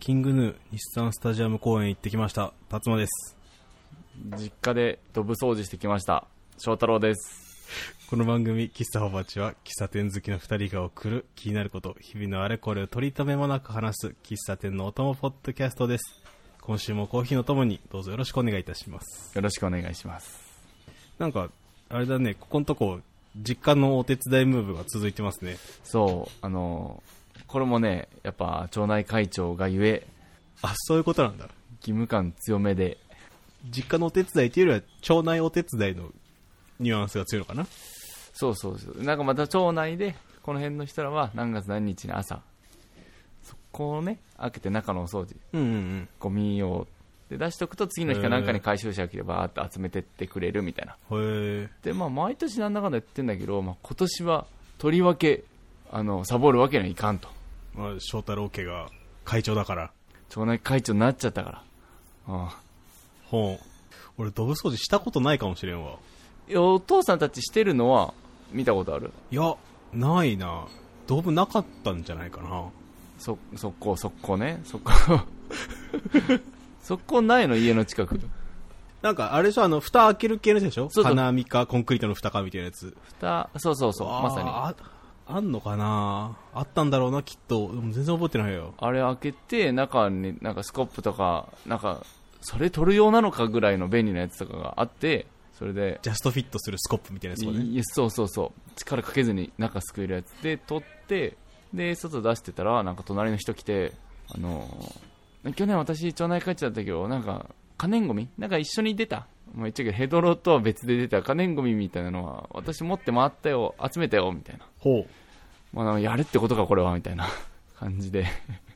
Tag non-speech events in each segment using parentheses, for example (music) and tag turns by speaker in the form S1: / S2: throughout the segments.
S1: キングヌー日産スタジアム公園行ってきました辰馬です
S2: 実家でドブ掃除してきました翔太郎です
S1: この番組「喫茶ホバチ」は喫茶店好きの2人が送る気になること日々のあれこれを取り留めもなく話す喫茶店のお供ポッドキャストです今週もコーヒーのともにどうぞよろしくお願いいたします
S2: よろしくお願いします
S1: なんかあれだねここのとこ実家のお手伝いムーブが続いてますね
S2: そうあのこれもねやっぱ町内会長がゆえ
S1: あそういうことなんだ
S2: 義務感強めで
S1: 実家のお手伝いというよりは町内お手伝いのニュアンスが強いのかな
S2: そうそうそうなんかまた町内でこの辺の人らは何月何日の朝そこをね開けて中のお掃除
S1: うんうんうん
S2: ゴミをで出しとくと次の日かなんかに回収者が来ればバーって集めてってくれるみたいな
S1: へえ
S2: でまあ毎年なんだかんだやってんだけど、まあ、今年はとりわけあのサボるわけにはいかんと
S1: まあ翔太郎家が会長だから
S2: 町内会長になっちゃったからうん
S1: ほう俺ドブ掃除したことないかもしれんわ
S2: いやお父さんたちしてるのは見たことある
S1: いやないなドブなかったんじゃないかな
S2: そ速攻速攻ね (laughs) 速攻速攻ないの家の近く
S1: なんかあれでしょあの蓋開ける系のやつでしょ
S2: そうそう
S1: 金網かコンクリートの蓋かみたいなやつ
S2: 蓋そうそうそうまさにあ
S1: あーああんのかなあったんだろうなきっとでも全然覚えてないよ
S2: れ開けて中になんかスコップとかなんかそれ取る用なのかぐらいの便利なやつとかがあってそれで
S1: ジャストフィットするスコップみたいなやつもね
S2: いいそうそうそう力かけずに中すくえるやつで取ってで外出してたらなんか隣の人来てあのー去年私町内会長だったけどなんか可燃ごみなんか一緒に出たもう言っちゃうけどヘドロとは別で出た可燃ごみみたいなのは私持って回ったよ集めたよみたいな,、
S1: ほう
S2: まあ、なんかやれってことかこれはみたいな感じで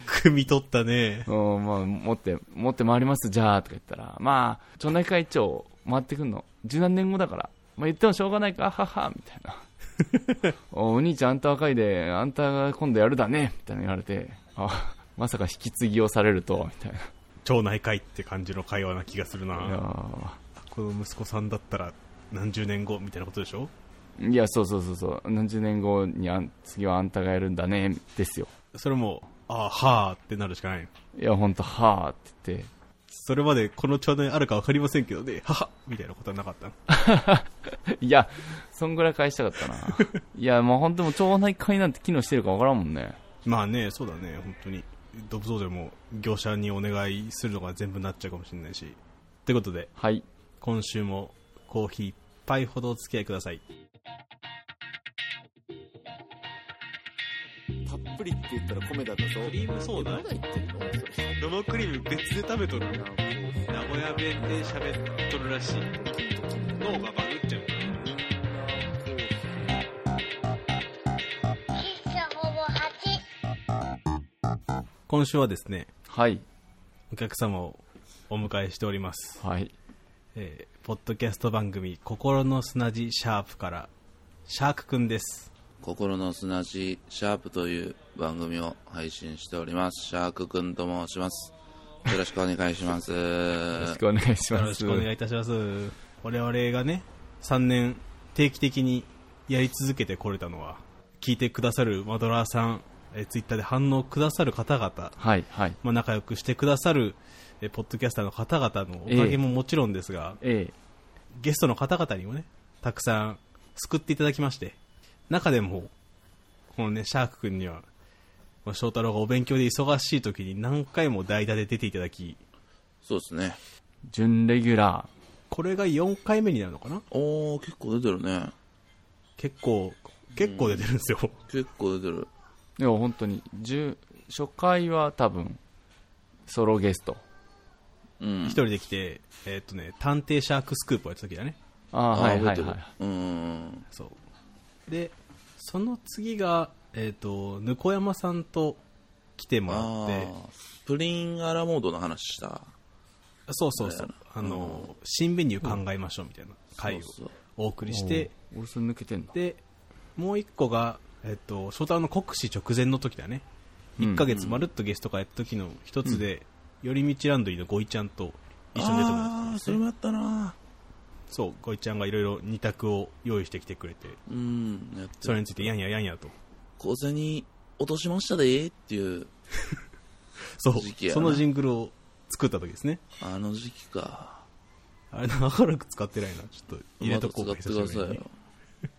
S1: 汲み取ったね
S2: うん、まあ、持って、持って回ります、じゃあ、とか言ったら、まあ、町内会長、回ってくんの、十何年後だから、まあ、言ってもしょうがないか、あはは、みたいな。おお兄ちゃん、あんた若いで、あんたが今度やるだね、みたいな言われて、あ、まさか引き継ぎをされるとは、みたいな。
S1: 町内会って感じの会話な気がする
S2: いや
S1: なこの息子さんだったら何十年後みたいなことでしょ
S2: ーいや、そうそうそうそう、何十年後にあん、次はあんたがやるんだね、ですよ。
S1: それもああはあってなるしかないの
S2: いや、ほんと、はあ、って言って、
S1: それまでこの町内あるか分かりませんけどね、ははみたいなことはなかったの
S2: (laughs) いや、そんぐらい返したかったな。いや、もうほんともう町内会なんて機能してるかわからんもんね。
S1: まあね、そうだね、本当に。ドブ掃除も業者にお願いするのが全部になっちゃうかもしれないし。ということで、
S2: はい。
S1: 今週もコーヒー一杯ほどお付き合いください。
S3: たっぷりって言ったら米だったぞ。
S1: リームソーダ
S3: 言ってんの
S1: 生クリーム別で食べとる名古屋弁で喋っとるらしい。脳がバグっちゃう。
S4: 喫茶ほぼ8。
S1: 今週はですね、
S2: はい。
S1: お客様をお迎えしております。
S2: はい。
S1: えーポッドキャスト番組「心の砂地シャープ」からシャークくんです
S5: 心の砂地シャープという番組を配信しております。シャークくんと申します。よろしくお願いします。
S2: よろ
S1: (laughs)
S2: しくお願いしま
S1: よ
S2: す。
S1: ろしくお願いいたします我々がね3年定期的にやり続けてこれたのは聞いてくださるマドラーさん、えー、ツイッターで反応くださる方々、
S2: はい、はい。
S1: まあ、仲良くしてくださる、えーポッドキャスターの方々のおかげももちろんですが、
S2: え
S1: ゲストの方々にもね、たくさん救っていただきまして、中でも、このね、シャーク君には、まあ翔太郎がお勉強で忙しい時に何回も代打で出ていただき、
S5: そうですね。
S2: え準レギュラ
S1: これが4回目になるのかな
S5: おー、結構出てるね。
S1: 結構、結構出てるんですよ。
S5: 結構出てる。
S2: ー。でも本当に、10初回は多分、ソロゲスト。
S5: うん
S1: 一。人で来て、えーっとね、探偵シャークスクープをやった時だね。
S2: ああ、
S5: あー
S2: はい、はい、
S5: 覚え
S2: は
S5: て
S2: い。
S5: る。うん。
S1: そう。で、その次が、えーっと、ぬ山さんと来てもら
S5: あ
S1: って、
S5: ー、プリンアラモードの話した。
S1: そうそうそう。あの、新メニュー考えましょうみたいな回を
S5: そうそう
S1: お送りして、
S2: おー、俺それ抜けてんの
S1: で、もう一個が、えっと、翔太郎の国試直前の時だね。
S2: う
S1: 1
S2: ん
S1: ヶ月まるっとゲスト会やった時の一つで、寄り道ランドリーのゴイちゃんと一緒に出てもらったん
S5: あー、
S1: です
S5: それ
S1: ね。
S5: もあったな
S1: そう、ゴイちゃんがいろいろ二択を用意してきてくれて、
S5: うん。やって
S1: それ
S5: る。
S1: についてやんややんやと。
S5: 小銭落としましたでーっていう。
S1: そう
S5: 時期やな
S1: そのジングルを作った時ですね
S5: あの時期か。
S1: あれ長らく使ってないなちょっと入れとこうか
S5: また使ってくださいよ
S1: に。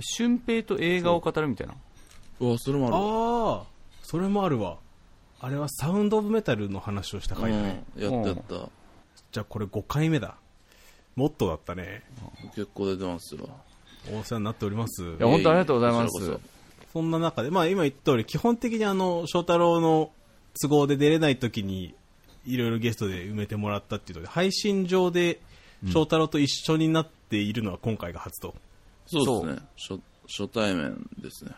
S2: 俊平と映画を語るみたいな
S5: うわ、それもあるわ。
S1: ああそれもあるわあれはサウンド・オブ・メタルの話をした
S5: うん
S1: 回だね、
S5: やったやった。
S1: じゃあこれ5回目だもっとだったね
S5: 結構出てますよ。
S1: お世話になっております
S2: いや本当ありがとうございます
S5: こちらこ
S1: そんな中で、まあ、今言った通り基本的にあの翔太郎の都合で出れない時にいろいろゲストで埋めてもらったっていうので配信上で翔太郎と一緒になっているのは今回が初と、
S5: そそうですね。初初対面ですね。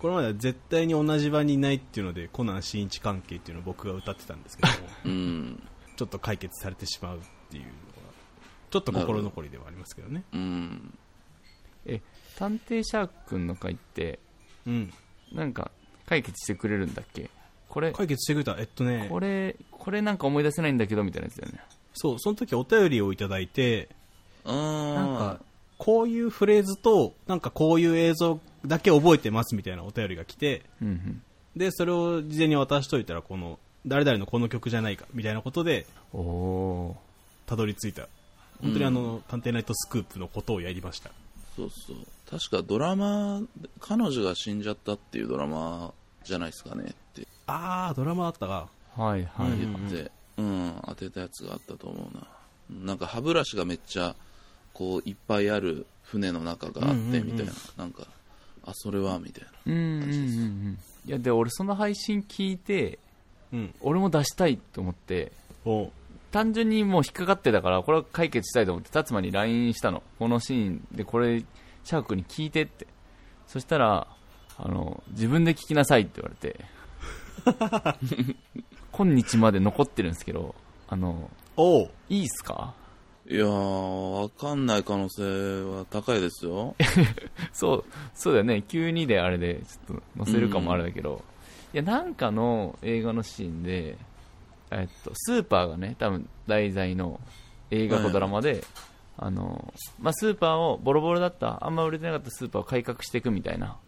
S1: これまでは絶対に同じ場にいないっていうのでコナン新一関係っていうのを僕が歌ってたんですけど
S2: (laughs)
S1: も
S5: うん。
S1: ちょっと解決されてしまうっていうのはちょっと心残りではありますけどね
S5: うん。
S2: え探偵シャークくんの回って
S1: うん
S2: なんか解決してくれるんだっけこれ
S1: 解決してくれたえっとね
S2: これこれなんか思い出せないんだけどみたいなやつだよね
S1: そうその時お便りをいただいて
S5: あ
S1: なん
S5: あ
S1: か、こういうフレーズと、なんかこういう映像だけ覚えてますみたいなお便りが来て、
S2: うんうん
S1: で、それを事前に渡しといたら、この、誰々のこの曲じゃないか、みたいなことで、
S2: おお
S1: たどり着いた。本当にあの、探偵ナイトスクープのことをやりました。
S5: そうそう。確かドラマ、彼女が死んじゃったっていうドラマじゃないですかねって
S1: あー、ドラマあったが、
S2: ーはいはい、
S5: 言って、うん、当てたやつがあったと思うな。なんか歯ブラシがめっちゃ、こう、いっぱいある船の中があ
S1: う
S5: って、
S1: んうんうん
S5: みたいな。なんか、あ、それは、みたいな。
S2: うんうんうんうんいやで俺その配信聞いて
S1: うん。
S2: 俺も出したいと思って
S1: お
S2: 単純にもう引っかかってたからこれは解決したいと思って辰馬に LINE したのこのシーンでこれシャークに聞いてってそしたらあの自分で聞きなさいって言われて今日まで残ってるんですけどあの
S1: おう
S2: いいっすか
S5: いやー、わかんない可能性は高いですよ。
S2: (laughs) そう、そうだよね。急にであれで、ちょっと載せるかもあれだけど、いや、なんかの映画のシーンで、えっと、スーパーがね、多分、題材の映画とドラマで、あの、まあ、スーパーを、ボロボロだった、あんま売れてなかったスーパーを改革していくみたいな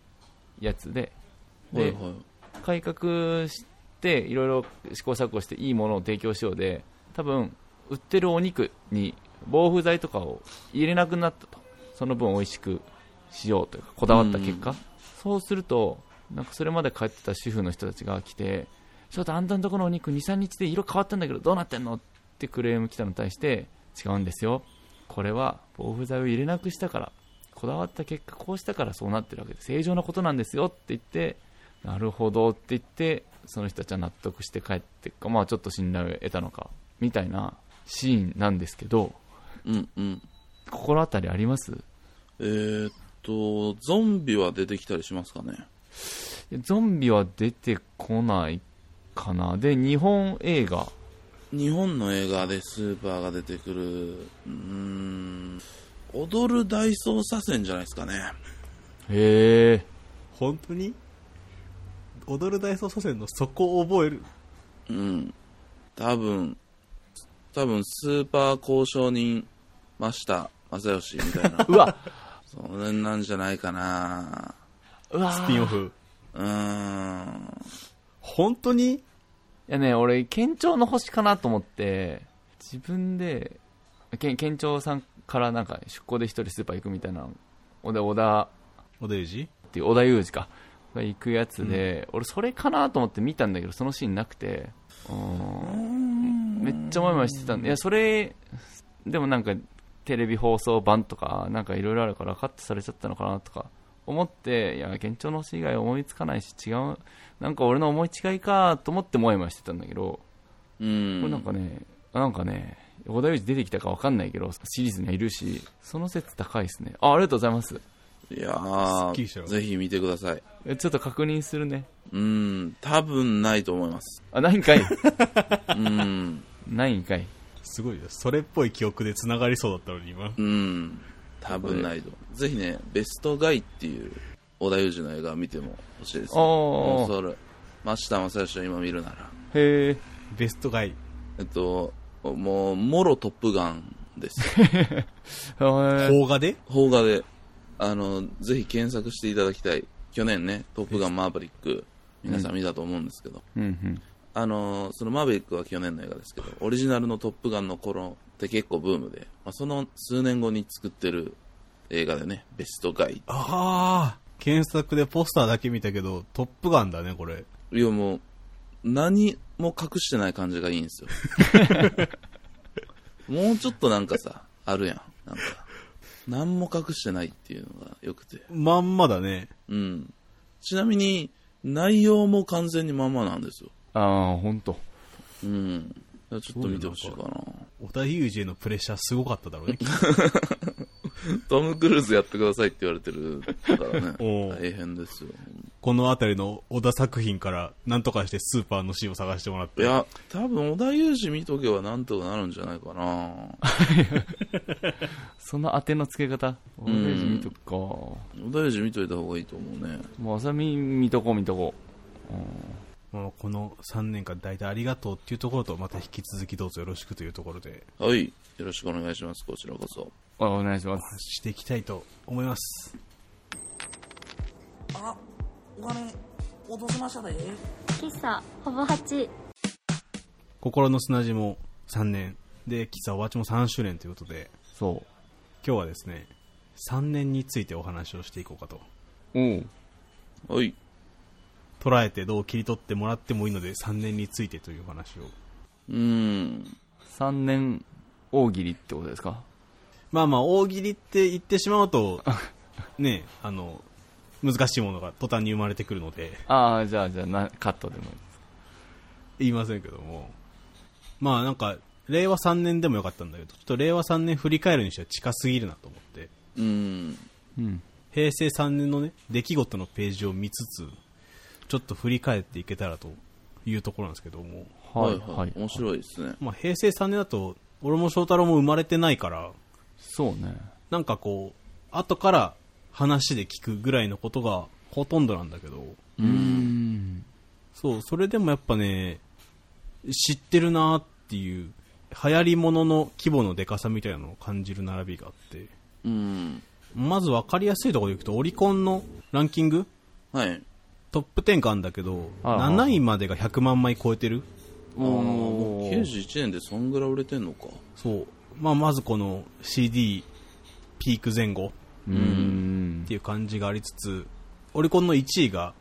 S2: やつで、
S5: は
S2: で
S5: いはい。
S2: 改革していろいろ試行錯誤していいものを提供しようで多分売ってるお肉に防腐剤とかを入れなくなったとその分美味しくしようというかこだわった結果、
S5: うん
S2: そうするとなんかそれまで帰ってた主婦の人たちが来てちょっとあんたのとこのお肉23日で色変わったんだけどどうなってんのってクレーム来たのに対して違うんですよこれは防腐剤を入れなくしたからこだわった結果こうしたからそうなってるわけで正常なことなんですよって言ってなるほどって言ってその人たちは納得して帰ってくか、まあ、ちょっと信頼を得たのかみたいなシーンなんですけど
S5: うんうん。
S2: 心当たりあります
S5: えー、っと、ゾンビは出てきたりしますかね
S2: いやゾンビは出てこないかなで日本映画
S5: 日本の映画でスーパーが出てくる、うーん、踊る大捜査線じゃないですかね。
S2: へえ
S1: 本当に踊る大捜査線のそこを覚える。
S5: うん。多分、多分スーパー交渉人、マシタ、正義みた
S2: (laughs)。
S5: いな
S2: うわ
S5: それなんじゃないかな
S2: うわ
S1: スピンオフ。
S5: うーん。
S1: 本当に
S2: いやね俺県庁の星かなと思って自分で県県庁さんからなんか出向で一人スーパー行くみたいなので小田
S1: おでゆじ
S2: っていう織田裕二かが行くやつで、俺それかなと思って見たんだけどそのシーンなくてうーんめっちゃモヤモヤしてたんでいやそれでもなんかテレビ放送版とかなんかいろいろあるからカットされちゃったのかなとか思っていや幻聴の星以外思いつかないし違うなんか俺の思い違いかと思ってモヤモヤしてたんだけど
S5: う
S2: これなん
S5: ん。
S2: かねなんかね小田裕二出てきたか分かんないけどシリーズにはいるしその説高いですねあありがとうございます
S5: いや
S1: すっきりした
S5: ー、
S1: よ
S5: ぜひ見てください。
S2: えちょっと確認するね
S5: うん、多分ないと思います。
S2: あないんかい
S5: うん。
S2: ないんかい
S1: すごいよそれっぽい記憶で繋がりそうだったのに今。
S5: うん。多分ないと思う。ぜひね、ベストガイっていう、小田裕二の映画を見ても欲しいです、ね。
S2: おー
S5: それ。増田正義を今見るなら。
S2: へえ
S1: ベストガイ。
S5: えっと、もう、もろトップガンです。 (laughs)
S1: 邦画で
S5: 邦画で、あの、ぜひ検索していただきたい。去年ね、トップガンマーヴェリック、皆さん見たと思うんですけど、
S2: うんうん
S5: あのーそのマーヴェリックは去年の映画ですけど、オリジナルのトップガンの頃って結構ブームで、まあ、その数年後に作ってる映画でね、ベストガイ。
S1: ああ検索でポスターだけ見たけど、トップガンだね、これ。
S5: いやもう、何も隠してない感じがいいんで
S1: (laughs)
S5: すよ。もうちょっとなんかさ、あるやん。なんか、何も隠してないっていうのが良くて。
S1: まんまだね。
S5: うん。ちなみに、内容も完全にまんまなんですよ。
S2: ああ、本当。
S5: うん。ちょっと見てほしいかな。
S1: 小田裕二へのプレッシャーすごかっただ
S5: (laughs)
S1: ろうね。きっと。
S5: トム・クルーズやってくださいって言われてるからね
S1: (laughs) おう
S5: 大変ですよ。
S1: この辺りの小田作品から、なんとかしてスーパーのシーンを探してもらっ
S5: い
S1: て。
S5: や、多分小田裕二見とけばなんとかなるんじゃないかな。
S2: その当ての付け方、オ
S5: ん
S2: レンジ見とくか。
S5: 小田裕二見といた方がいいと思うね。
S2: もう、あさみ見とこう、見とこう。うん
S1: もうこの3年間大体ありがとうっていうところと、また引き続きどうぞよろしくというところで、
S5: はい。よろしくお願いします。こちらこそ。
S2: あお願いします。
S1: していきたいと思います。
S6: あお金落としましたで
S4: 喫茶ほぼ8
S1: 心の砂地も3年、で、喫茶おばちも3周年ということで、
S2: そ
S1: 今日はですね、3年についてお話をしていこうかと。
S2: う。おう。
S5: はい。
S1: 捉えてどう切り取ってもらってもいいので、3年についてというお話を。
S5: うん。
S2: 3年大喜利ってことですか
S1: まあまあ、大喜利って言ってしまうと、ね、あの、難しいものが途端に生まれてくるので、
S2: ああ、じゃあ、じゃあな、カットでもいいです。
S1: 言いませんけども。まあなんか、令和3年でもよかったんだけど、ちょっと令和3年振り返るにしては近すぎるなと思って、
S5: うん。
S2: うん。
S1: 平成3年のね、出来事のページを見つつ、ちょっと振り返っていけたらというところなんですけども、
S2: はい、はい。
S5: 面白いですね。
S1: まあ平成3年だと、俺も翔太郎も生まれてないから、
S2: そうね。
S1: なんかこう、後から話で聞くぐらいのことがほとんどなんだけど、
S2: うん。
S1: そう、それでもやっぱね、知ってるなーっていう、流行り物の規模のデカさみたいなのを感じる並びがあって、
S5: うん。
S1: まず分かりやすいところでいくと、オリコンのランキング
S5: はい。
S1: トップ10があるんだけど、
S2: ああ
S1: 7位までが100万枚超えてる。
S2: おー
S5: 91年でそんぐらい売れてんのか。
S1: そう。まあ、まずこの CD ピーク前後
S2: うん
S1: っ。ていう感じがありつつ、オリコンの1位が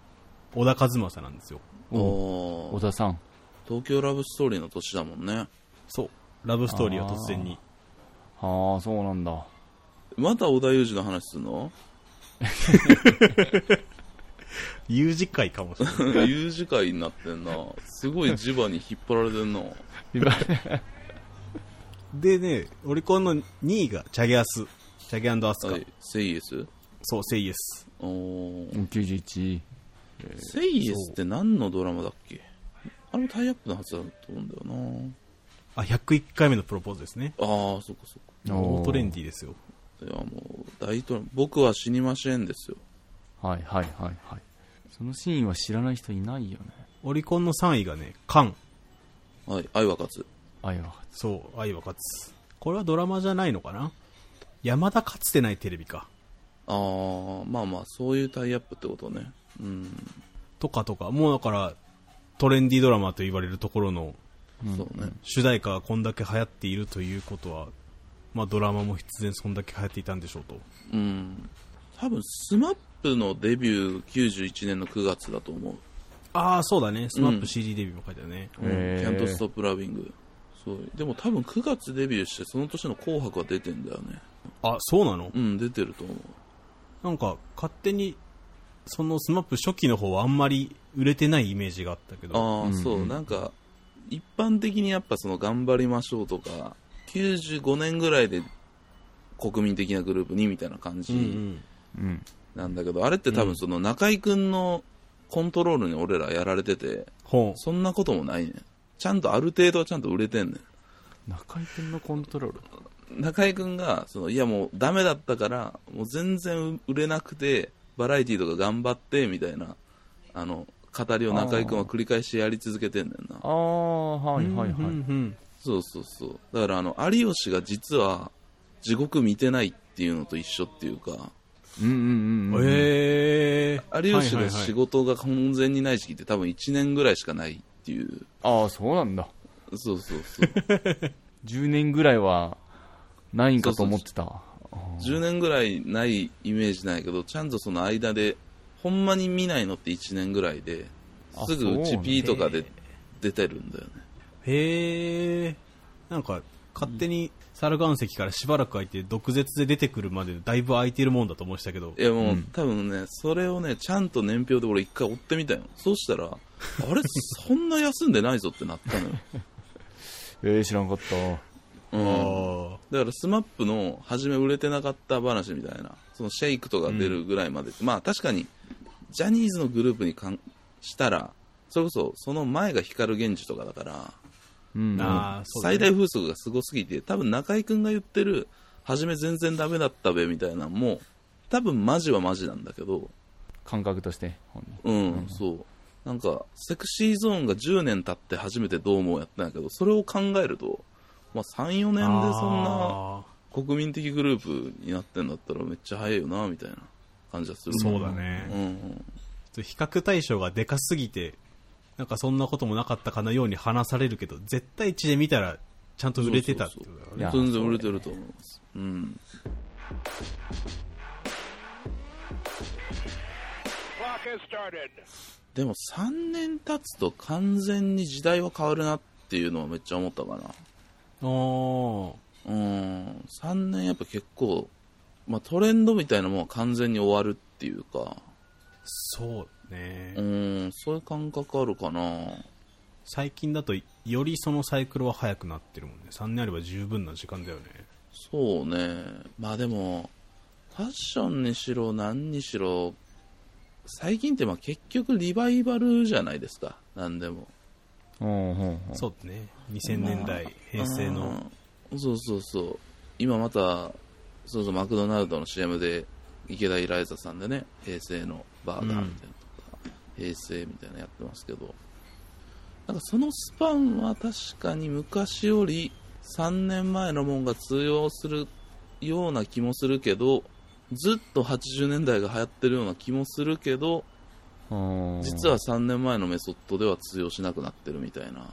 S1: 小田和正なんですよ。
S5: お
S2: 小
S5: ー
S2: 田さん。
S5: 東京ラブストーリーの年だもんね。
S1: そう。ラブストーリーは突然に。
S2: ああ、そうなんだ。
S5: また小田裕二の話すんの (laughs)
S1: U 字会かもしれない。
S5: 有事会になってんな。すごい磁場に引っ張ら
S2: (laughs)
S5: れてんな。
S1: でね、オリコンの2位がチャゲアス。チャゲアスカ。
S5: はい。セイエス
S1: そう、セイエス。
S5: おー
S2: 91。
S5: セイエスって何のドラマだっけあれもタイアップのはずだと思うんだよ
S1: あ、101回目のプロポーズですね。
S5: な。ああ、そっかそっか。
S1: オートレンディ
S2: ィ。
S1: ーですよ。
S5: いや、もう、大統領、僕は死にませんですよ。
S2: はい、はい、はい、はい。そのシーンは知らない人いないよね。
S1: オリコンの3位がね、カン。
S5: はい。愛は勝つ。
S2: あいわ。
S1: そう、愛は勝つ。これはドラマじゃないのかな山田かつてないテレビか。
S5: ああ、まあまあ、そういうタイアップってことね。うん。
S1: とかとか、もうだから、トレンディードラマと言われるところの
S5: そうね。
S1: 主題歌がこんだけ流行っているということは、まあドラマも必然そんだけ流行っていたんでしょうと。
S5: うん。多分、スマップのデビュー91年の9月だと思う。
S1: ああ、そうだね。スマッ
S5: うん
S1: プ CD デビューも書いてあるね。
S5: キャントス
S2: ッ
S5: トップラビング。そう。でも多分9月デビューして、その年の紅白は出てんだよね。
S1: あ、そうなの
S5: うん、出てると思う。
S1: なんか勝手にそのスマップ初期の方はあんまり売れてないイメージがあったけど
S5: ああ、そう、なんか、一般的にやっぱその頑張りましょうとか、95年ぐらいで国民的なグループにみたいな感
S1: うんう
S5: じ
S1: ん
S2: うん。
S5: なんだけど、あれって多分その中居くんのコントロールに俺らやられてて、
S1: ほう
S5: そんなこともないねん。ちゃんとある程度はちゃんと売れてんね
S2: 中居君のコントロール。
S5: ん。中居くんが、その、いやもうダメだったから、もう全然売れなくて、バラエティとか頑張って、みたいな、あの、語りを中居くんは繰り返しやり続けてんねんな。
S2: ああ、はい、はい、
S1: うんう
S2: はい。
S1: ん
S5: そうそうそう。だから、あの、有吉が実は、地獄見てないっていうのと一緒っていうか、
S2: うん、うん、うん。
S1: へえ
S5: 有吉
S1: はい
S5: の
S1: はいはい
S5: 仕事が完全にない時期って多分1年ぐらいしかないっていう。
S2: ああそうなんだ
S5: そうそうそう。
S2: 10年ぐらいはないんかと思ってた
S5: 10年ぐらいないイメージないけど、ちゃんとその間で、ほんまに見ないのって1年ぐらいで、
S2: あ
S5: すぐう
S2: そう
S5: ち
S2: なんだ
S5: P とかで出てるんだよね。
S1: へえなんか勝手に猿岩石からしばらく空いて毒舌で出てくるまでだいぶ空いてるもんだと思ってたけど
S5: いやもう、多分ね、それをね、ちゃんと年表で俺一回追ってみたよ。そうしたら、あれ、そんな休んでないぞってなった
S2: (laughs)
S5: のよ。
S2: えー、知らんかった
S5: うん。
S1: あ
S5: だからスマップの初め売れてなかった話みたいな、そのシェイクとか出るぐらいまで、まあ確かに、ジャニーズのグループにかんしたら、それこそその前が光源氏とかだから、
S2: うん
S1: ーあーそうだね
S5: 最大風速がすごすぎて、多分中居君が言ってる、初め全然ダメだったべみたいなのも、多分マジはマジなんだけど、
S2: 感覚として
S5: うん、そう。なんか、セクシーゾーンが10年経って初めてどうもやったんだけど、それを考えると、まあ3、4年でそんな
S1: あ
S5: 国民的グループになってんだったらめっちゃ早いよな、みたいな感じはする
S1: ー
S5: な
S1: そうだ。ね、
S5: うん、うん。
S1: ちょっと比較対象がでかすぎてなんかそんなこともなかったかのように話されるけど絶対一で見たらちゃんと売れてたってことだよね
S2: いや
S5: 全然売れてると思います。うん。でも3年経つと完全に時代は変わるなっていうのはめっちゃ思ったかな。
S1: お
S5: うーん、3年やっぱ結構、まあ、トレンドみたいなものは完全に終わるっていうか、
S1: そうね、
S5: うーん、そういう感覚あるかな。
S1: 最近だとよりそのサイクルは早くなってるもんね3年あれば十分な時間だよね
S5: そうね。まあでも、ファッションにしろ何にしろ、最近ってまあ結局リバイバルじゃないですか、何でも。
S2: うんうんうん
S1: そうだね2000年代、平成の
S5: うんそうそうそう今またそうそうマクドナルドの CM で池田イライザさんでね平成のバーガーみたいなとか、平成みたいなのやってますけどなんかそのスパンは確かに昔より3年前のもんが通用するような気もするけどずっと80年代が流行ってるような気もするけど
S2: うん
S5: 実は3年前のメソッドでは通用しなくなってるみたいな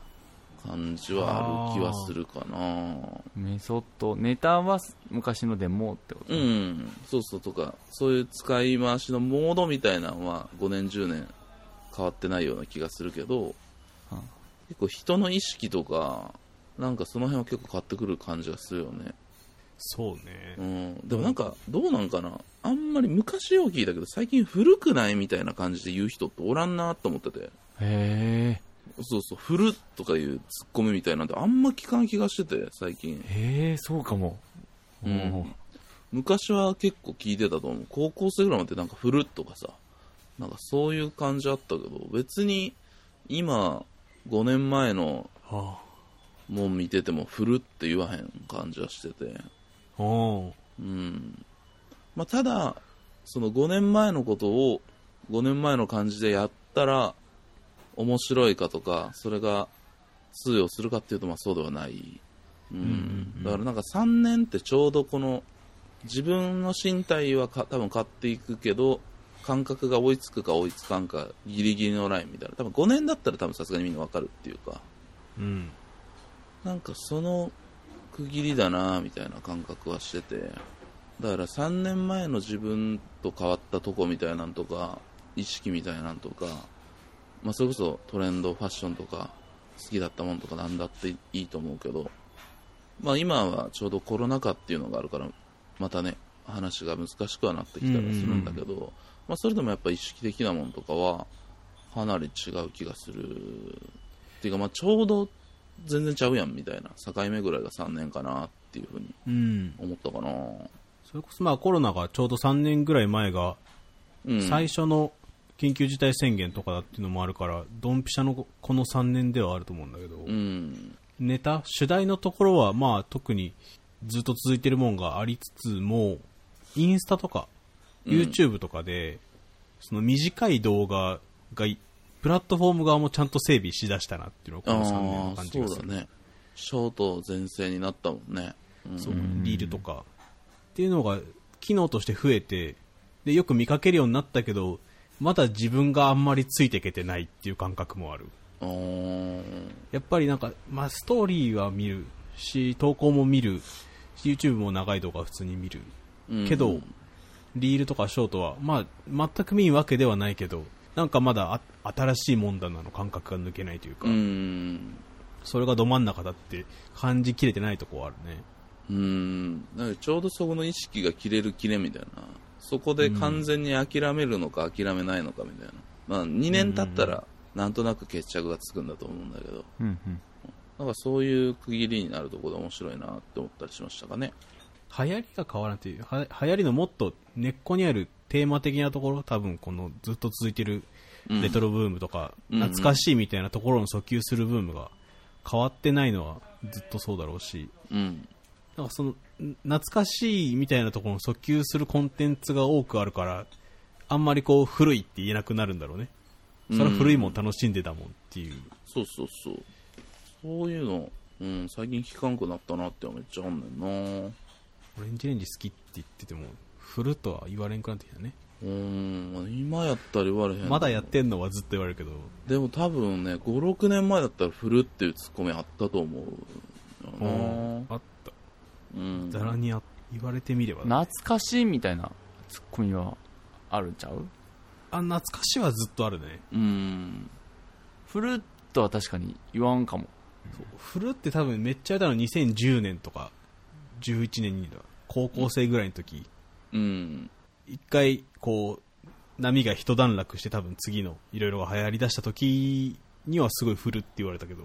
S5: 感じはある気はするかな
S2: メソッドネタは昔のでもってこと、
S5: うんそうそうとかそういう使い回しのモードみたいなのは5年10年変わってないような気がするけど
S2: うん
S5: 結構人の意識とかなんかその辺は結構変わってくる感じがするよね
S1: そうね
S5: うんでもなんかどうなんかなあんまり昔よう聞いたけど最近古くないみたいな感じで言う人っておらんなと思ってて
S2: へ
S5: そうそう、振るとかいうツッコミみたいなんてあんま聞かん気がしてて、最近
S2: え。へえそうかも
S5: うん昔は結構聞いてたと思う。高校生ぐらいまでなんか振るとかさ、なんかそういう感じあったけど、別に今、5年前の
S1: は
S5: もん見てても振るって言わへん感じはしてて。
S1: あお
S5: うん。まあ、ただ、その5年前のことを5年前の感じでやったら面白いかとか、それが通用するかっていうとまあそうではない。うん。だからなんか3年ってちょうどこの自分の身体はか多分買っていくけど、感覚が追いつくか追いつかんかギリギリのラインみたいな。多分5年だったら多分さすがにみんなわかるっていうか。
S1: うん
S5: なんかその区切りだなみたいな感覚はしててだから3年前の自分と変わったとこみたいなんとか意識みたいなんとか、まあ、それこそトレンドファッションとか好きだったものとかなんだっていいと思うけど、まあ、今はちょうどコロナ禍っていうのがあるからまたね話が難しくはなってきたりするんだけど、まあ、それでもやっぱ意識的なものとかはかなり違う気がするっていうか、まあ、ちょうど全然ちゃうやんみたいな境目ぐらいが3年かなっていうふうに
S1: うん
S5: 思ったかな、
S1: それこそまあコロナがちょうど3年ぐらい前が
S5: うん、
S1: 最初の緊急事態宣言とかだっていうのもあるからドンピシャのこの3年ではあると思うんだけど、
S5: うん
S1: ネタ主題のところはまあ特にずっと続いてるもんがありつつもインスタとか YouTube とかで、その短い動画がいプラットフォーム側もちゃんと整備しだしたなっていうのをこの3年
S5: あ
S1: の
S5: あ
S1: 感じ
S5: そ
S1: が
S5: う
S1: す
S5: だ
S1: る
S5: ねショート全盛になったもんね、うん、
S1: そうリールとかっていうのが機能として増えてでよく見かけるようになったけどまだ自分があんまりついていけてないっていう感覚もある
S5: うーん
S1: やっぱりなんか、まあ、ストーリーは見るし、投稿も見るし、YouTube も長い動画は普通に見る。
S5: うん
S1: けど、リールとかショートは、まあ、全く見んわけではないけど、なんかまだあ新しいもんだなの感覚が抜けないというか、
S5: うん
S1: それがど真ん中だって感じきれてないとこはあるね。
S5: うんだからちょうどそこの意識が切れる切れみたいなそこで完全に諦めるのか諦めないのかみたいな、まあ、2年経ったらなんとなく決着がつくんだと思うんだけど
S2: うんうん
S5: なんかそういう区切りになるところで面白いなって思ったりしましたかね
S1: 流行りが変わらんという、は流行りのもっと根っこにあるテーマ的なところ、多分このずっと続いてる
S5: うん
S1: レトロブームとか、
S5: うんうん
S1: 懐かしいみたいなところの訴求するブームが変わってないのはずっとそうだろうし、
S5: うん
S1: なんかそのん懐かしいみたいなところの訴求するコンテンツが多くあるからあんまりこう古いって言えなくなるんだろうねそれは古いもん楽しんでたもんっていう、
S5: そうそうそうそういうの、うん、最近聞かんくなったなってめっちゃあんねんな
S1: オレンジレンジ好きって言ってても古とは言われんくなってきたね、
S5: うん今やったら言われへん
S1: まだやってんのはずっと言われるけど
S5: でも多分ね56年前だったら「振る」っていうツッコミあったと思うよ
S1: あ
S5: な
S1: った
S5: うん
S1: ざらにあ言われてみれば
S2: 懐かしいみたいなツッコミはあるんちゃう
S1: あ懐かしいはずっとあるね
S5: うん
S2: フルートは確かに言わんかも
S1: そう古って多分めっちゃだの2010年とか11年にだ高校生ぐらいの時、
S5: うん
S1: 一回こう波が一段落して多分次のいろいろが流行りだした時にはすごい振るって言われたけど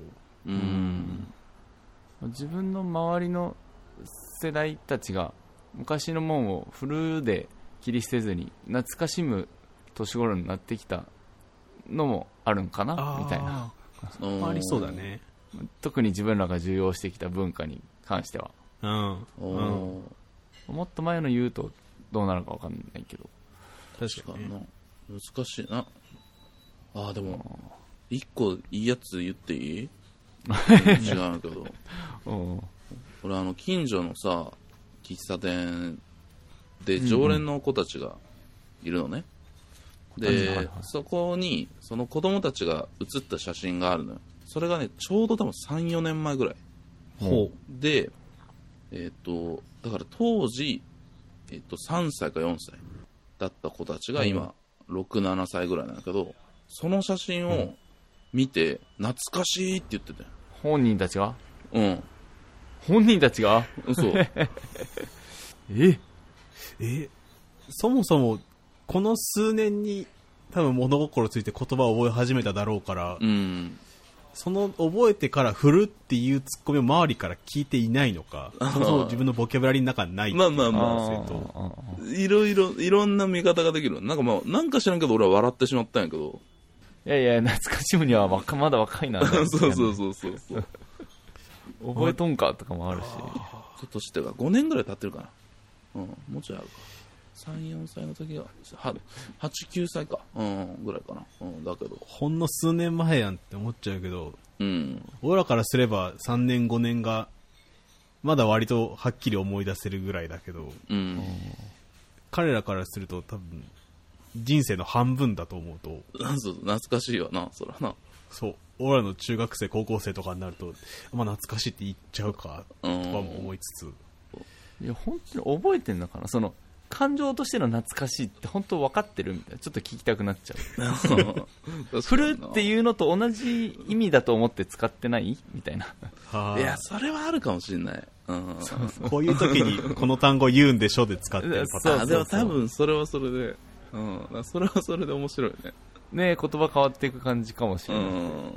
S5: うん
S2: 自分の周りの世代たちが昔のもんをフルで切り捨てずに懐かしむ年頃になってきたのもあるんかなみたいな
S5: うん
S1: ありそうだね
S2: 特に自分らが重要してきた文化に関しては
S1: うん、
S5: お
S1: うん、
S5: お
S2: もっと前の言うとどうなるか分かんないけど
S1: 確
S5: 確
S1: か
S5: か
S1: に
S5: に
S1: ね
S5: な難しいなあーでも一個いいやつ言
S1: (laughs)
S5: っていい違うけど
S2: うん
S5: 俺あの近所のさ喫茶店で常連の子たちがいるのね、で、
S2: はいはい
S5: そこにその子供たちが写った写真があるのよそれがねちょうど多分34年前ぐらい
S1: ほ
S5: でえっ、とだから当時、えっと3歳か4歳だった子たちが今、67歳ぐらいなんだけどその写真を見て、懐かしいって言ってたよ
S2: 本人たちが
S5: うん
S2: 本人たちが
S5: 嘘
S2: え
S1: うえそもそもこの数年に多分物心ついて言葉を覚え始めただろうから、
S5: うん
S1: その覚えてから振るっていうツッコミを周りから聞いていないのかそもそも自分のボキャブラリーの中にない
S5: まあまあまあ
S1: それと
S5: いろいろ、いろんな見方ができる。なんかまあ、なんか知らんけど俺は笑ってしまったんやけど。
S2: いやいや懐かしむには若まだ若いな
S5: (laughs) そうそうそうそうそう。
S2: 覚えとんかとかもあるし
S5: 今年ってか、5年ぐらい経ってるかな。うん、もうちょいあるか。3、4歳の時が、は8、9歳か。うん、ぐらいかな。うん、だけど。
S1: ほんの数年前やんって思っちゃうけど
S5: うん。
S1: 俺らからすれば3年5年がまだ割とはっきり思い出せるぐらいだけど
S5: うん。
S1: 彼らからすると多分人生の半分だと思うと
S5: そうそう懐かしいわな、そらな。
S1: そう俺らの中学生高校生とかになるとまあ懐かしいって言っちゃうかとかも思いつつ
S2: いや本当に覚えてんのかなその感情としての懐かしいって本当分かってるみたいなちょっと聞きたくなっ
S5: (laughs)
S2: ちゃう振るって
S5: う。
S2: いうのと同じ意味だと思って使ってないみたい
S5: (laughs)
S2: な
S1: はい
S5: や、それはあるかもしんない。うん。
S1: こういう時にこの単語言うんでしょで使ってるパターン
S2: そうそうそ
S5: あ
S2: う
S5: でも多分 (laughs) それはそれで、うん。だからそれはそれで面白いね。
S2: ね言葉変わっていく感じかもし
S5: う
S2: れない、
S5: ん。
S2: うん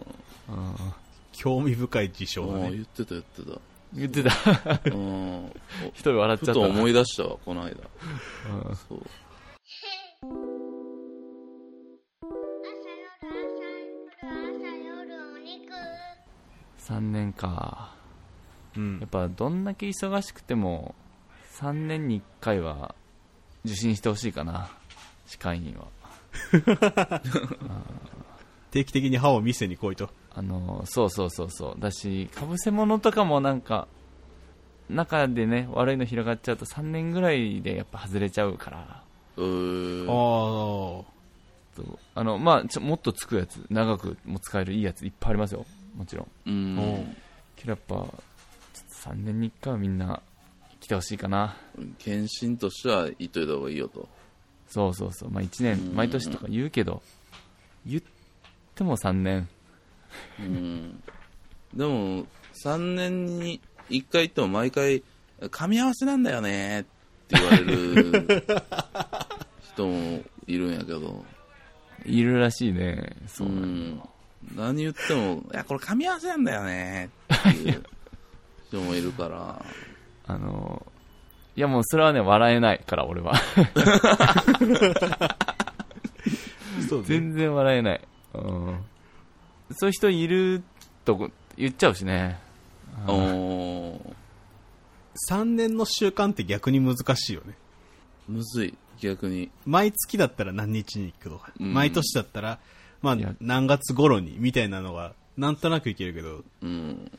S1: 興味深い事象だ
S5: もう
S1: ね
S5: 言ってた言ってた。
S2: 言ってた (laughs)
S5: うん。
S2: 一人笑っ
S5: ふ
S2: ちゃった
S5: と思い出したわ、この間。
S2: うん
S5: そう。
S2: 3年か
S1: うん
S2: やっぱどんだけ忙しくても3年に1回は受診してほしいかな歯科医院は
S1: 定期的に歯を見せに来いと
S2: あのそうそうそうそうだしかぶせ物とかもなんか中でね悪いの広がっちゃうと3年ぐらいでやっぱ外れちゃうから
S5: うーん
S1: ああ
S2: と、あの、まあ、ちょもっとつくやつ、長くも使えるいいやついっぱいありますよ。もちろん。
S5: うん。
S2: けどやっぱ、3年に1回はみんな来てほしいかな。
S5: 検診としては言っといた方がいいよと。
S2: そうそうそう。まあ、1年、毎年とか言うけど、言っても3年。
S5: うん。でも、3年に1回行っても毎回、噛み合わせなんだよねって言われる人もいるんやけど。
S2: いるらしいね。そうなんだ
S5: うん何言っても、いや、これ噛み合わせなんだよねっていう人もいる
S2: (laughs)
S5: から。
S2: あの、いやもうそれはね、笑えないから、俺は。
S1: そうね
S2: 全然笑えない。うん。そういう人いるとこ言っちゃうしね。
S5: おー
S1: 3年の習慣って逆に難しいよね。
S5: むずい、逆に。
S1: 毎月だったら何日に行くとか、
S5: うん
S1: 毎年だったら、まあ
S2: いや、
S1: 何月頃にみたいなのが、なんとなくいけるけど、
S5: うん。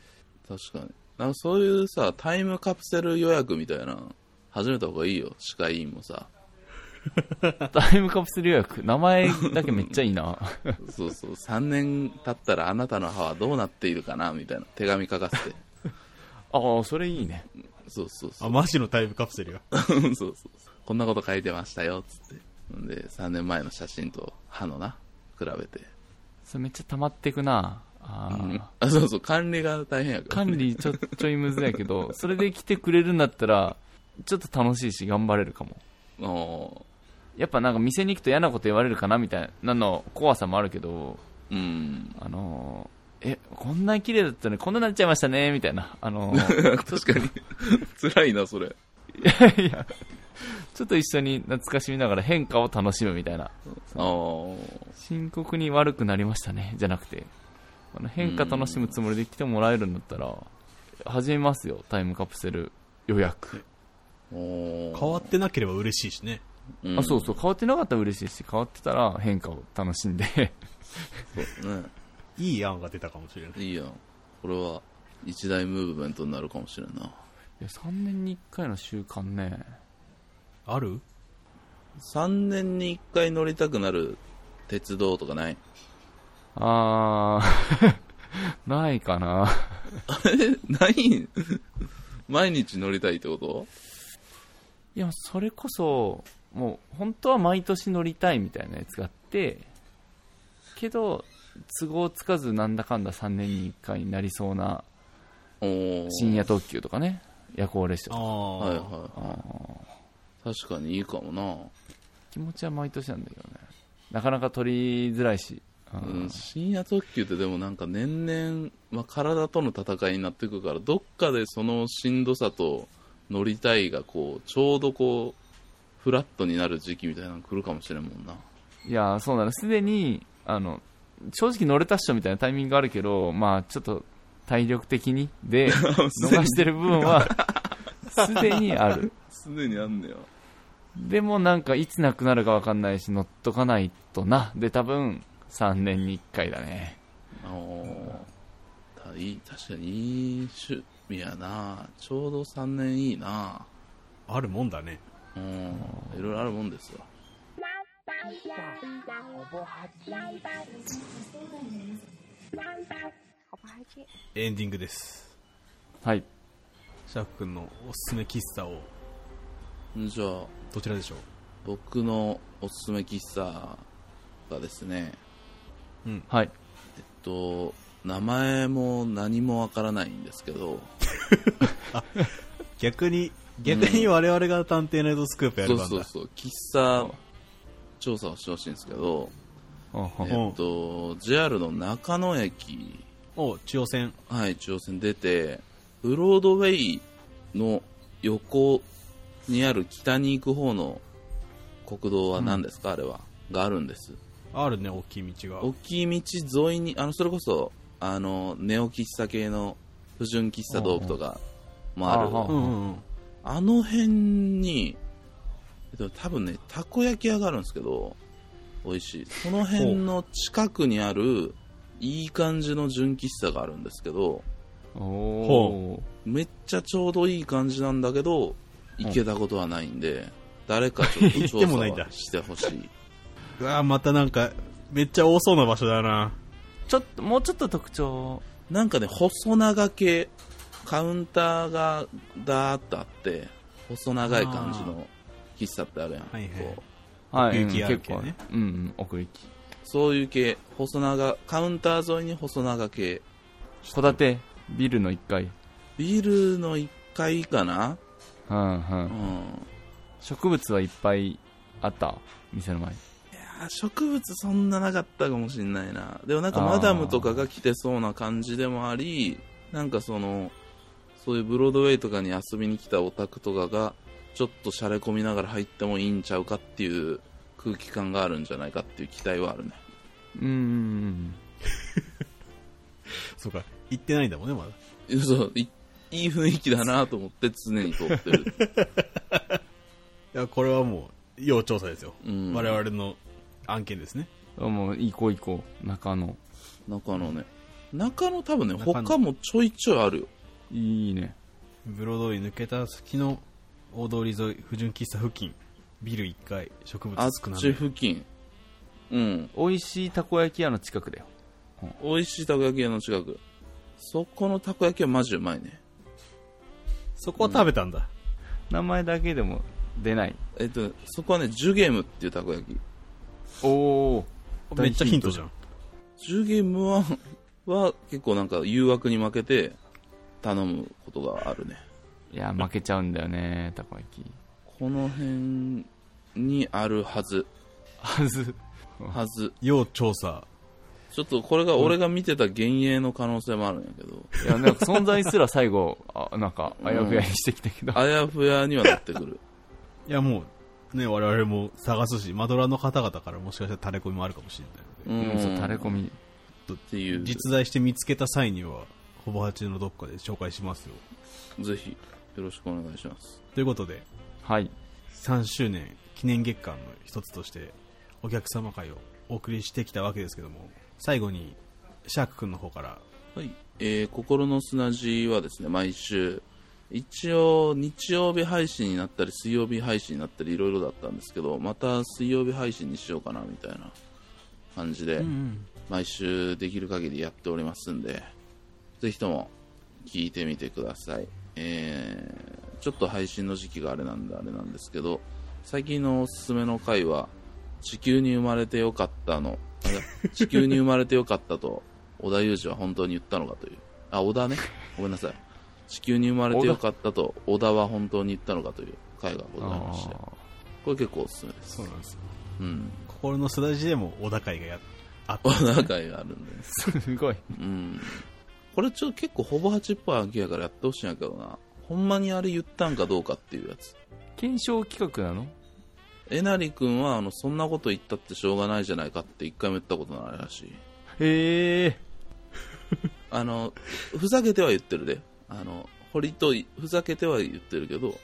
S5: 確かに。なんかそういうさ、タイムカプセル予約みたいな、始めた方がいいよ、歯科医院もさ。
S2: タイムカプセル予約、名前だけめっちゃいい (laughs) な。
S5: そうそう、3年経ったらあなたの歯はどうなっているかな、みたいな。手紙書
S2: (laughs)
S5: かせて。
S2: ああ、それいいね。
S5: そうそうそ
S1: あ、
S5: う。
S1: マジのタイムカプセルが。
S5: そうそうそう。こんなこと書いてましたよ、つって。んで、3年前の写真と歯のな、比べて。
S2: それめっちゃ溜まってくな。あー
S5: あ、そうそう、管理が大変やから、
S2: 管理ちょちょいむずやけど、それで来てくれるんだったら、ちょっと楽しいし、頑張れるかも。
S5: お
S2: やっぱなんか店に行くと嫌なこと言われるかなみたいなの怖さもあるけど、
S5: ーうん。
S2: あのーえ、こんなに綺麗だったのにこんなになっちゃいましたね、みたいな。あのー (laughs)
S5: 確かに。 (laughs) 辛いな、それ。
S2: いや、ちょっと一緒に懐かしみながら変化を楽しむみたいな。
S5: あー
S2: 深刻に悪くなりましたね、じゃなくて。あの変化楽しむつもりで来てもらえるんだったら、始めますよ、タイムカプセル予約。
S5: おー
S1: 変わってなければ嬉しいしね。
S5: うん
S2: あ、そうそう、変わってなかったら嬉しいし、変わってたら変化を楽しんで。 (laughs)
S5: ね。
S1: いい案が出たかもしれない。
S5: いいやん。これは、一大ムーブメントになるかもしれん
S2: い
S5: な。
S2: や3年に1回の習慣ね。
S1: ある
S5: 3年に1回乗りたくなる鉄道とかない
S2: あー、 (laughs) ないかな。
S5: (laughs) ない毎日乗りたいってこと
S2: いや、それこそ、もう、本当は毎年乗りたいみたいなやつがあって、けど、都合つかずなんだかんだ3年に1回になりそうな
S5: おー
S2: 深夜特急とかね、夜行列車
S1: あ
S2: とか
S1: あ、
S5: はいは
S2: あ
S5: い。確かにいいかもな。
S2: ー気持ちは毎年なんだけどね。なかなか取りづらいし。う
S5: うんん、深夜特急ってでもなんか年々、まあ、体との戦いになってくから、どっかでそのしんどさと乗りたいがこう、ちょうどこう、フラットになる時期みたいなの来るかもしれんもんな。
S2: いや、そうなの。すでに、あの、正直乗れたっしょみたいなタイミングがあるけど、まあ、ちょっと、体力的に、で、 (laughs) 逃してる部分は、すでにある。
S5: すでにあんねや。
S2: でもなんかいつなくなるかわかんないし乗っとかないとなで多分3年に1回だね
S5: ああ、いい、確かにいい趣味やな。ちょうど3年いいな。
S1: あるもんだね。
S5: うん、いろいろあるもんですわ。
S1: エンディングです。
S2: はい
S1: シャーク君のおすすめ喫茶を、
S5: じゃあ、
S1: どちらでしょう
S5: 僕のおすすめ喫茶がですね、
S2: はい
S5: えっと、名前も何もわからないんですけど、
S1: 逆に、逆に我々が探偵ナイトスクープや
S5: そ
S1: る
S5: う
S1: 番
S5: そう
S1: だ。
S5: そう、喫茶調査をしてほしいんですけど、
S2: うんうん
S5: えっと、JR の中野駅、
S1: お中央線。
S5: はい、中央線出て、ブロードウェイの横にある北に行く方の国道は何ですか、あれは。があるんです。
S1: あるね、大きい道が。
S5: 大きい道沿いに、あの、それこそ、あの、ネオ喫茶系の不純喫茶道具とかもある。
S2: あ
S1: うん
S2: あ
S1: うんうん。
S5: あの辺に、えっと多分ね、たこ焼き屋があるんですけど、美味しい。その辺の近くにある、いい感じの純喫茶があるんですけど、
S2: おー
S5: めっちゃちょうどいい感じなんだけど、行けたことはないんで、誰かちょっと
S1: 行
S5: 調
S1: って
S5: 査
S1: もないんだ
S5: はしてほしい。
S1: うわまたなんか、めっちゃ多そうな場所だな。
S2: ちょっともうちょっと特徴
S5: なんかね、細長系、カウンターがダーっとあって、細長い感じの喫茶ってあるやん。
S1: はいはい
S5: こう
S2: はい、
S1: 奥行きある系ね
S2: うん結構うんうん奥行き
S5: そういう系、細長、カウンター沿いに細長系。
S2: 戸建てビルの1階
S5: ビルの1階かな
S2: うんう
S5: うんん。
S2: 植物はいっぱいあった店の前
S5: あ植物そんななかったかもしんないな。でもなんかマダムとかが来てそうな感じでもあり、なんかその、そういうブロードウェイとかに遊びに来たオタクとかが、ちょっと洒落込みながら入ってもいいんちゃうかっていう空気感があるんじゃないかっていう期待はあるね。
S2: うんうんうん
S1: そうか、行ってないんだもんね、まだ。
S5: そう、 (laughs) いいい雰囲気だなと思って常に通ってる。
S1: いや、これはもう、要調査ですよ。 (laughs)
S5: うん
S1: 我々の案件ですね。
S2: うんもう行こう行こう中野
S5: 中野ね。中野多分ね、
S1: 中野
S5: 他もちょいちょいあるよ。
S2: いいね
S1: ブロードウェイ抜けた先の大通り沿い、不純喫茶付近、ビル1階、植
S5: あ
S1: 物
S5: っ
S1: 少な
S5: ち
S1: め。
S5: 付近。うん。
S2: 美味しいたこ焼き屋の近くだよ
S5: 美味しいたこ焼き屋の近くそこのたこ焼きはマジうまいね
S1: そこは食べたんだ。
S2: 名前だけでも出ない
S5: えっとそこはねジュゲームっていうたこ焼き
S2: おお
S1: めっちゃヒントじゃん。
S5: ジュゲームはは結構なんか誘惑に負けて頼むことがあるね
S2: いや負けちゃうんだよねたこ焼き
S5: この辺にあるはず
S2: はず
S5: はず
S1: 要調査。
S5: ちょっとこれが俺が見てた幻影の可能性もあるんやけど
S2: いやなんか存在すら最後あなんかあやふやにしてきたけど、
S5: あやふやにはなってくる
S1: いや、もう、ね、我々も探すし、マドラーの方々からもしかしたら垂れ込みもあるかもしれないので、
S5: うん
S2: うんそう垂れ込
S5: っ
S2: み
S5: ていう
S1: 実在して見つけた際には、ほぼ8のどっかで紹介しますよ。
S5: ぜひよろしくお願いします
S1: ということで、
S2: はい
S1: 3周年記念月間の一つとしてお客様会をお送りしてきたわけですけども最後にシャーク君の方から
S5: はい、えー心の砂地はですね、毎週、一応日曜日配信になったり、水曜日配信になったり、いろいろだったんですけど、また水曜日配信にしようかな、みたいな感じで、毎週できる限りやっておりますんで、ぜひとも聞いてみてください。えーちょっと配信の時期があれなんであれなんですけど、最近のおすすめの回は、地球に生まれてよかったの、あいや地球に生まれてよかったと、織田裕二は本当に言ったのかという。あ、織田ね。ごめんなさい。地球に生まれてよかったと、織田は本当に言ったのかという回がございまして、
S2: あ
S5: これ結構おすすめです。
S1: そうなんです
S5: うん。
S1: 心のすだちでも小高いがやあっ
S5: 織田回があるんで、
S2: ーすごい
S5: うん。これちょっと結構ほぼ8っぽい秋やからやってほしいんやけどな。ほんまにあれ言ったんかどうかっていうやつ。
S2: 検証企画なの
S5: えなりくんは、あの、そんなこと言ったってしょうがないじゃないかって一回も言ったことないらしい。
S2: へえ
S5: あの、ふざけては言ってるで。あの、堀とい、ふざけては言ってるけど、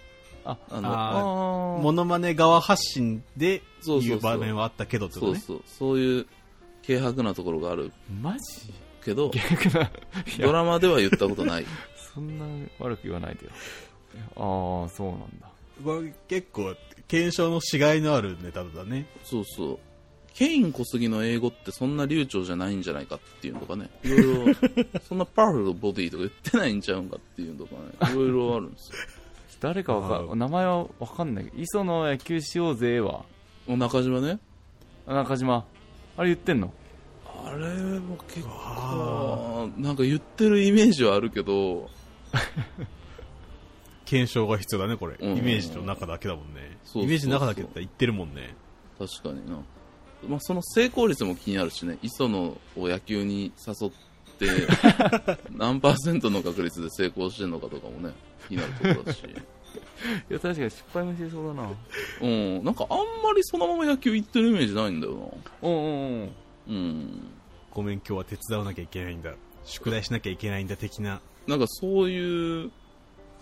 S2: あ
S5: あの、
S1: あ
S2: あー
S1: モノマネ側発信で
S5: そうそう
S1: い
S5: そう
S1: う場面はあったけどってこと
S5: そう
S1: ね
S5: そう、そういう軽薄なところがある
S2: マジ
S5: けど、
S2: 逆な
S5: ドラマでは言ったことない。
S2: そんな悪く言わないでよああそうなんだ
S1: これ結構検証のしがいのあるネタだね
S5: そうそう。ケイン小杉の英語ってそんな流暢じゃないんじゃないかっていうのと (laughs) かね。いろいろ、そんなパワフルなボディとか言ってないんちゃうんかっていうのとか (laughs) ね。いろいろあるんですよ。
S2: 誰かわか
S1: あー
S2: ん名前はわかんないけど磯の野球しようぜは
S5: お中島ね。
S2: 中島あれ言ってんの
S5: あれも結
S1: わ
S5: 構、なんか言ってるイメージはあるけど、
S1: 検証が必要だねこれイ
S5: うん
S1: メージの中だけだもんね
S5: そうそうそう
S1: イメージの中だけって言ってるもんね
S5: 確かにな。まあ、その成功率も気になるしね。磯野を野球に誘って、 (laughs) 何パーセントの確率で成功してんのかとかもね、気になるところだし。
S2: いや確かに失敗もしてそうだな
S5: うん、なんかあんまりそのまま野球行ってるイメージないんだよな。
S2: うんうんうん
S5: うん。
S1: ごめん今日は手伝わなきゃいけないんだ宿題しなきゃいけないんだ的な
S5: なんかそういう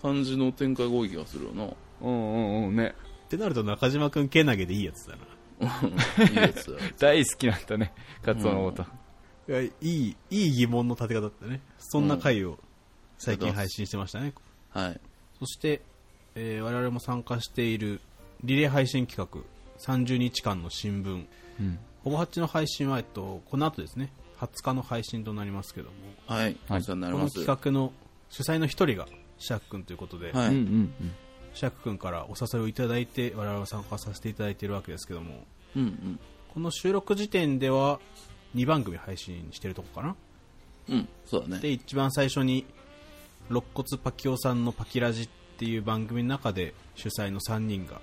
S5: 感じの展開が多い気がするよな。
S1: (laughs)
S2: うんうんうんね
S1: ってなると中島君けなげでいいやつだな
S5: うんいいやつだ。
S2: 大好きなんだねカツオの太田、
S1: いやいい、いい疑問の立て方だったね。そんな回を最近配信してましたね。
S5: はい。
S1: そして、えー我々も参加しているリレー配信企画、 30日間の新聞
S2: うん
S1: ほぼ8の配信は、えっと、この後ですね20日の配信となりますけども
S5: はい、
S2: はい
S5: お世話になり
S1: こ
S5: ま
S1: の
S5: す
S1: 企画の主催の一人がシャーク君ということで、
S5: は
S2: うん
S5: い、
S2: うんうん
S1: シャーク君からお誘いをいただいて我々は参加させていただいているわけですけども
S5: うんうん
S1: この収録時点では2番組配信してるとこかな
S5: うんそうだね
S1: で一番最初に肋骨パキオさんの「パキラジ」っていう番組の中で主催の3人が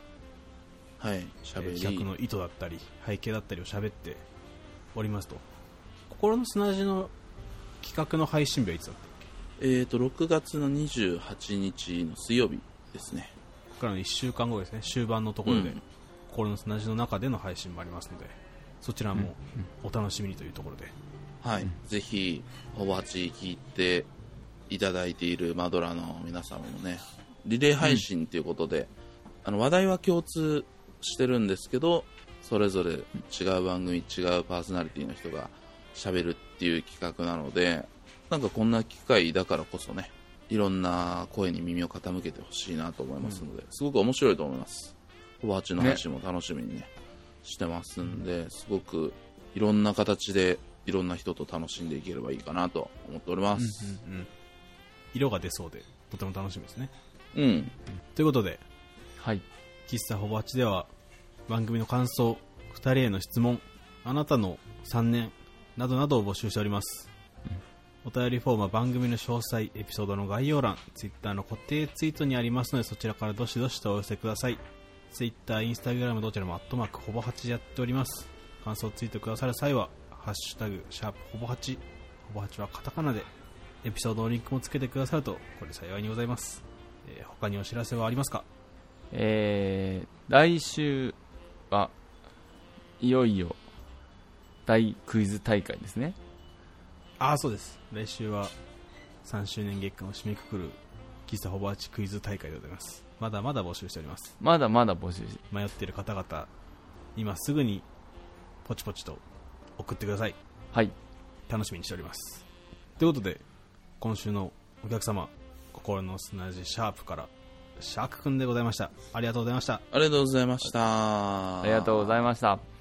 S5: はいしゃべ
S1: えー
S5: り
S1: 企画の意図だったり背景だったりを喋っておりますと心の砂地の企画の配信日はいつだったっけ
S5: えっ、と6月の28日の水曜日ですね
S1: ここからの1週間後ですね終盤のところで、
S5: うん
S1: 心の砂地の中での配信もありますのでそちらもお楽しみにというところで、
S5: はい、ぜひほぼ8聞いていただいているマドラーの皆様もねリレー配信ということで、あの話題は共通してるんですけどそれぞれ違う番組違うパーソナリティの人が喋るっていう企画なのでなんかこんな機会だからこそねいろんな声に耳を傾けてほしいなと思いますので、すごく面白いと思いますほぼ8の配信も楽しみにねしてますんで、すごくいろんな形でいろんな人と楽しんでいければいいかなと思っております。
S1: うんうん色が出そうでとても楽しみですね
S5: うん、
S1: ということで
S2: はい
S1: 喫茶ほぼ8では番組の感想2人への質問あなたの3年などなどを募集しておりますお便りフォームは番組の詳細エピソードの概要欄 Twitter の固定ツイートにありますのでそちらからどしどしとお寄せください Twitter、Instagram どちらもアットマークほぼ8でやっております感想ツイートくださる際は「ハッシュタグシャープほぼ8」ほぼ8はカタカナでエピソードのリンクもつけてくださるとこれ幸いにございます、えー他にお知らせはありますか
S2: えー、来週はいよいよ大クイズ大会ですね
S1: ああそうです来週は3周年月間を締めくくる喫茶ほぼ8クイズ大会でございますまだまだ募集しております
S2: まだまだ募集し
S1: 迷っている方々今すぐにポチポチと送ってください
S2: はい
S1: 楽しみにしておりますということで今週のお客様心の砂地シャープからシャークくんでございましたありがとうございました
S5: ありがとうございました。
S2: ありがとうございました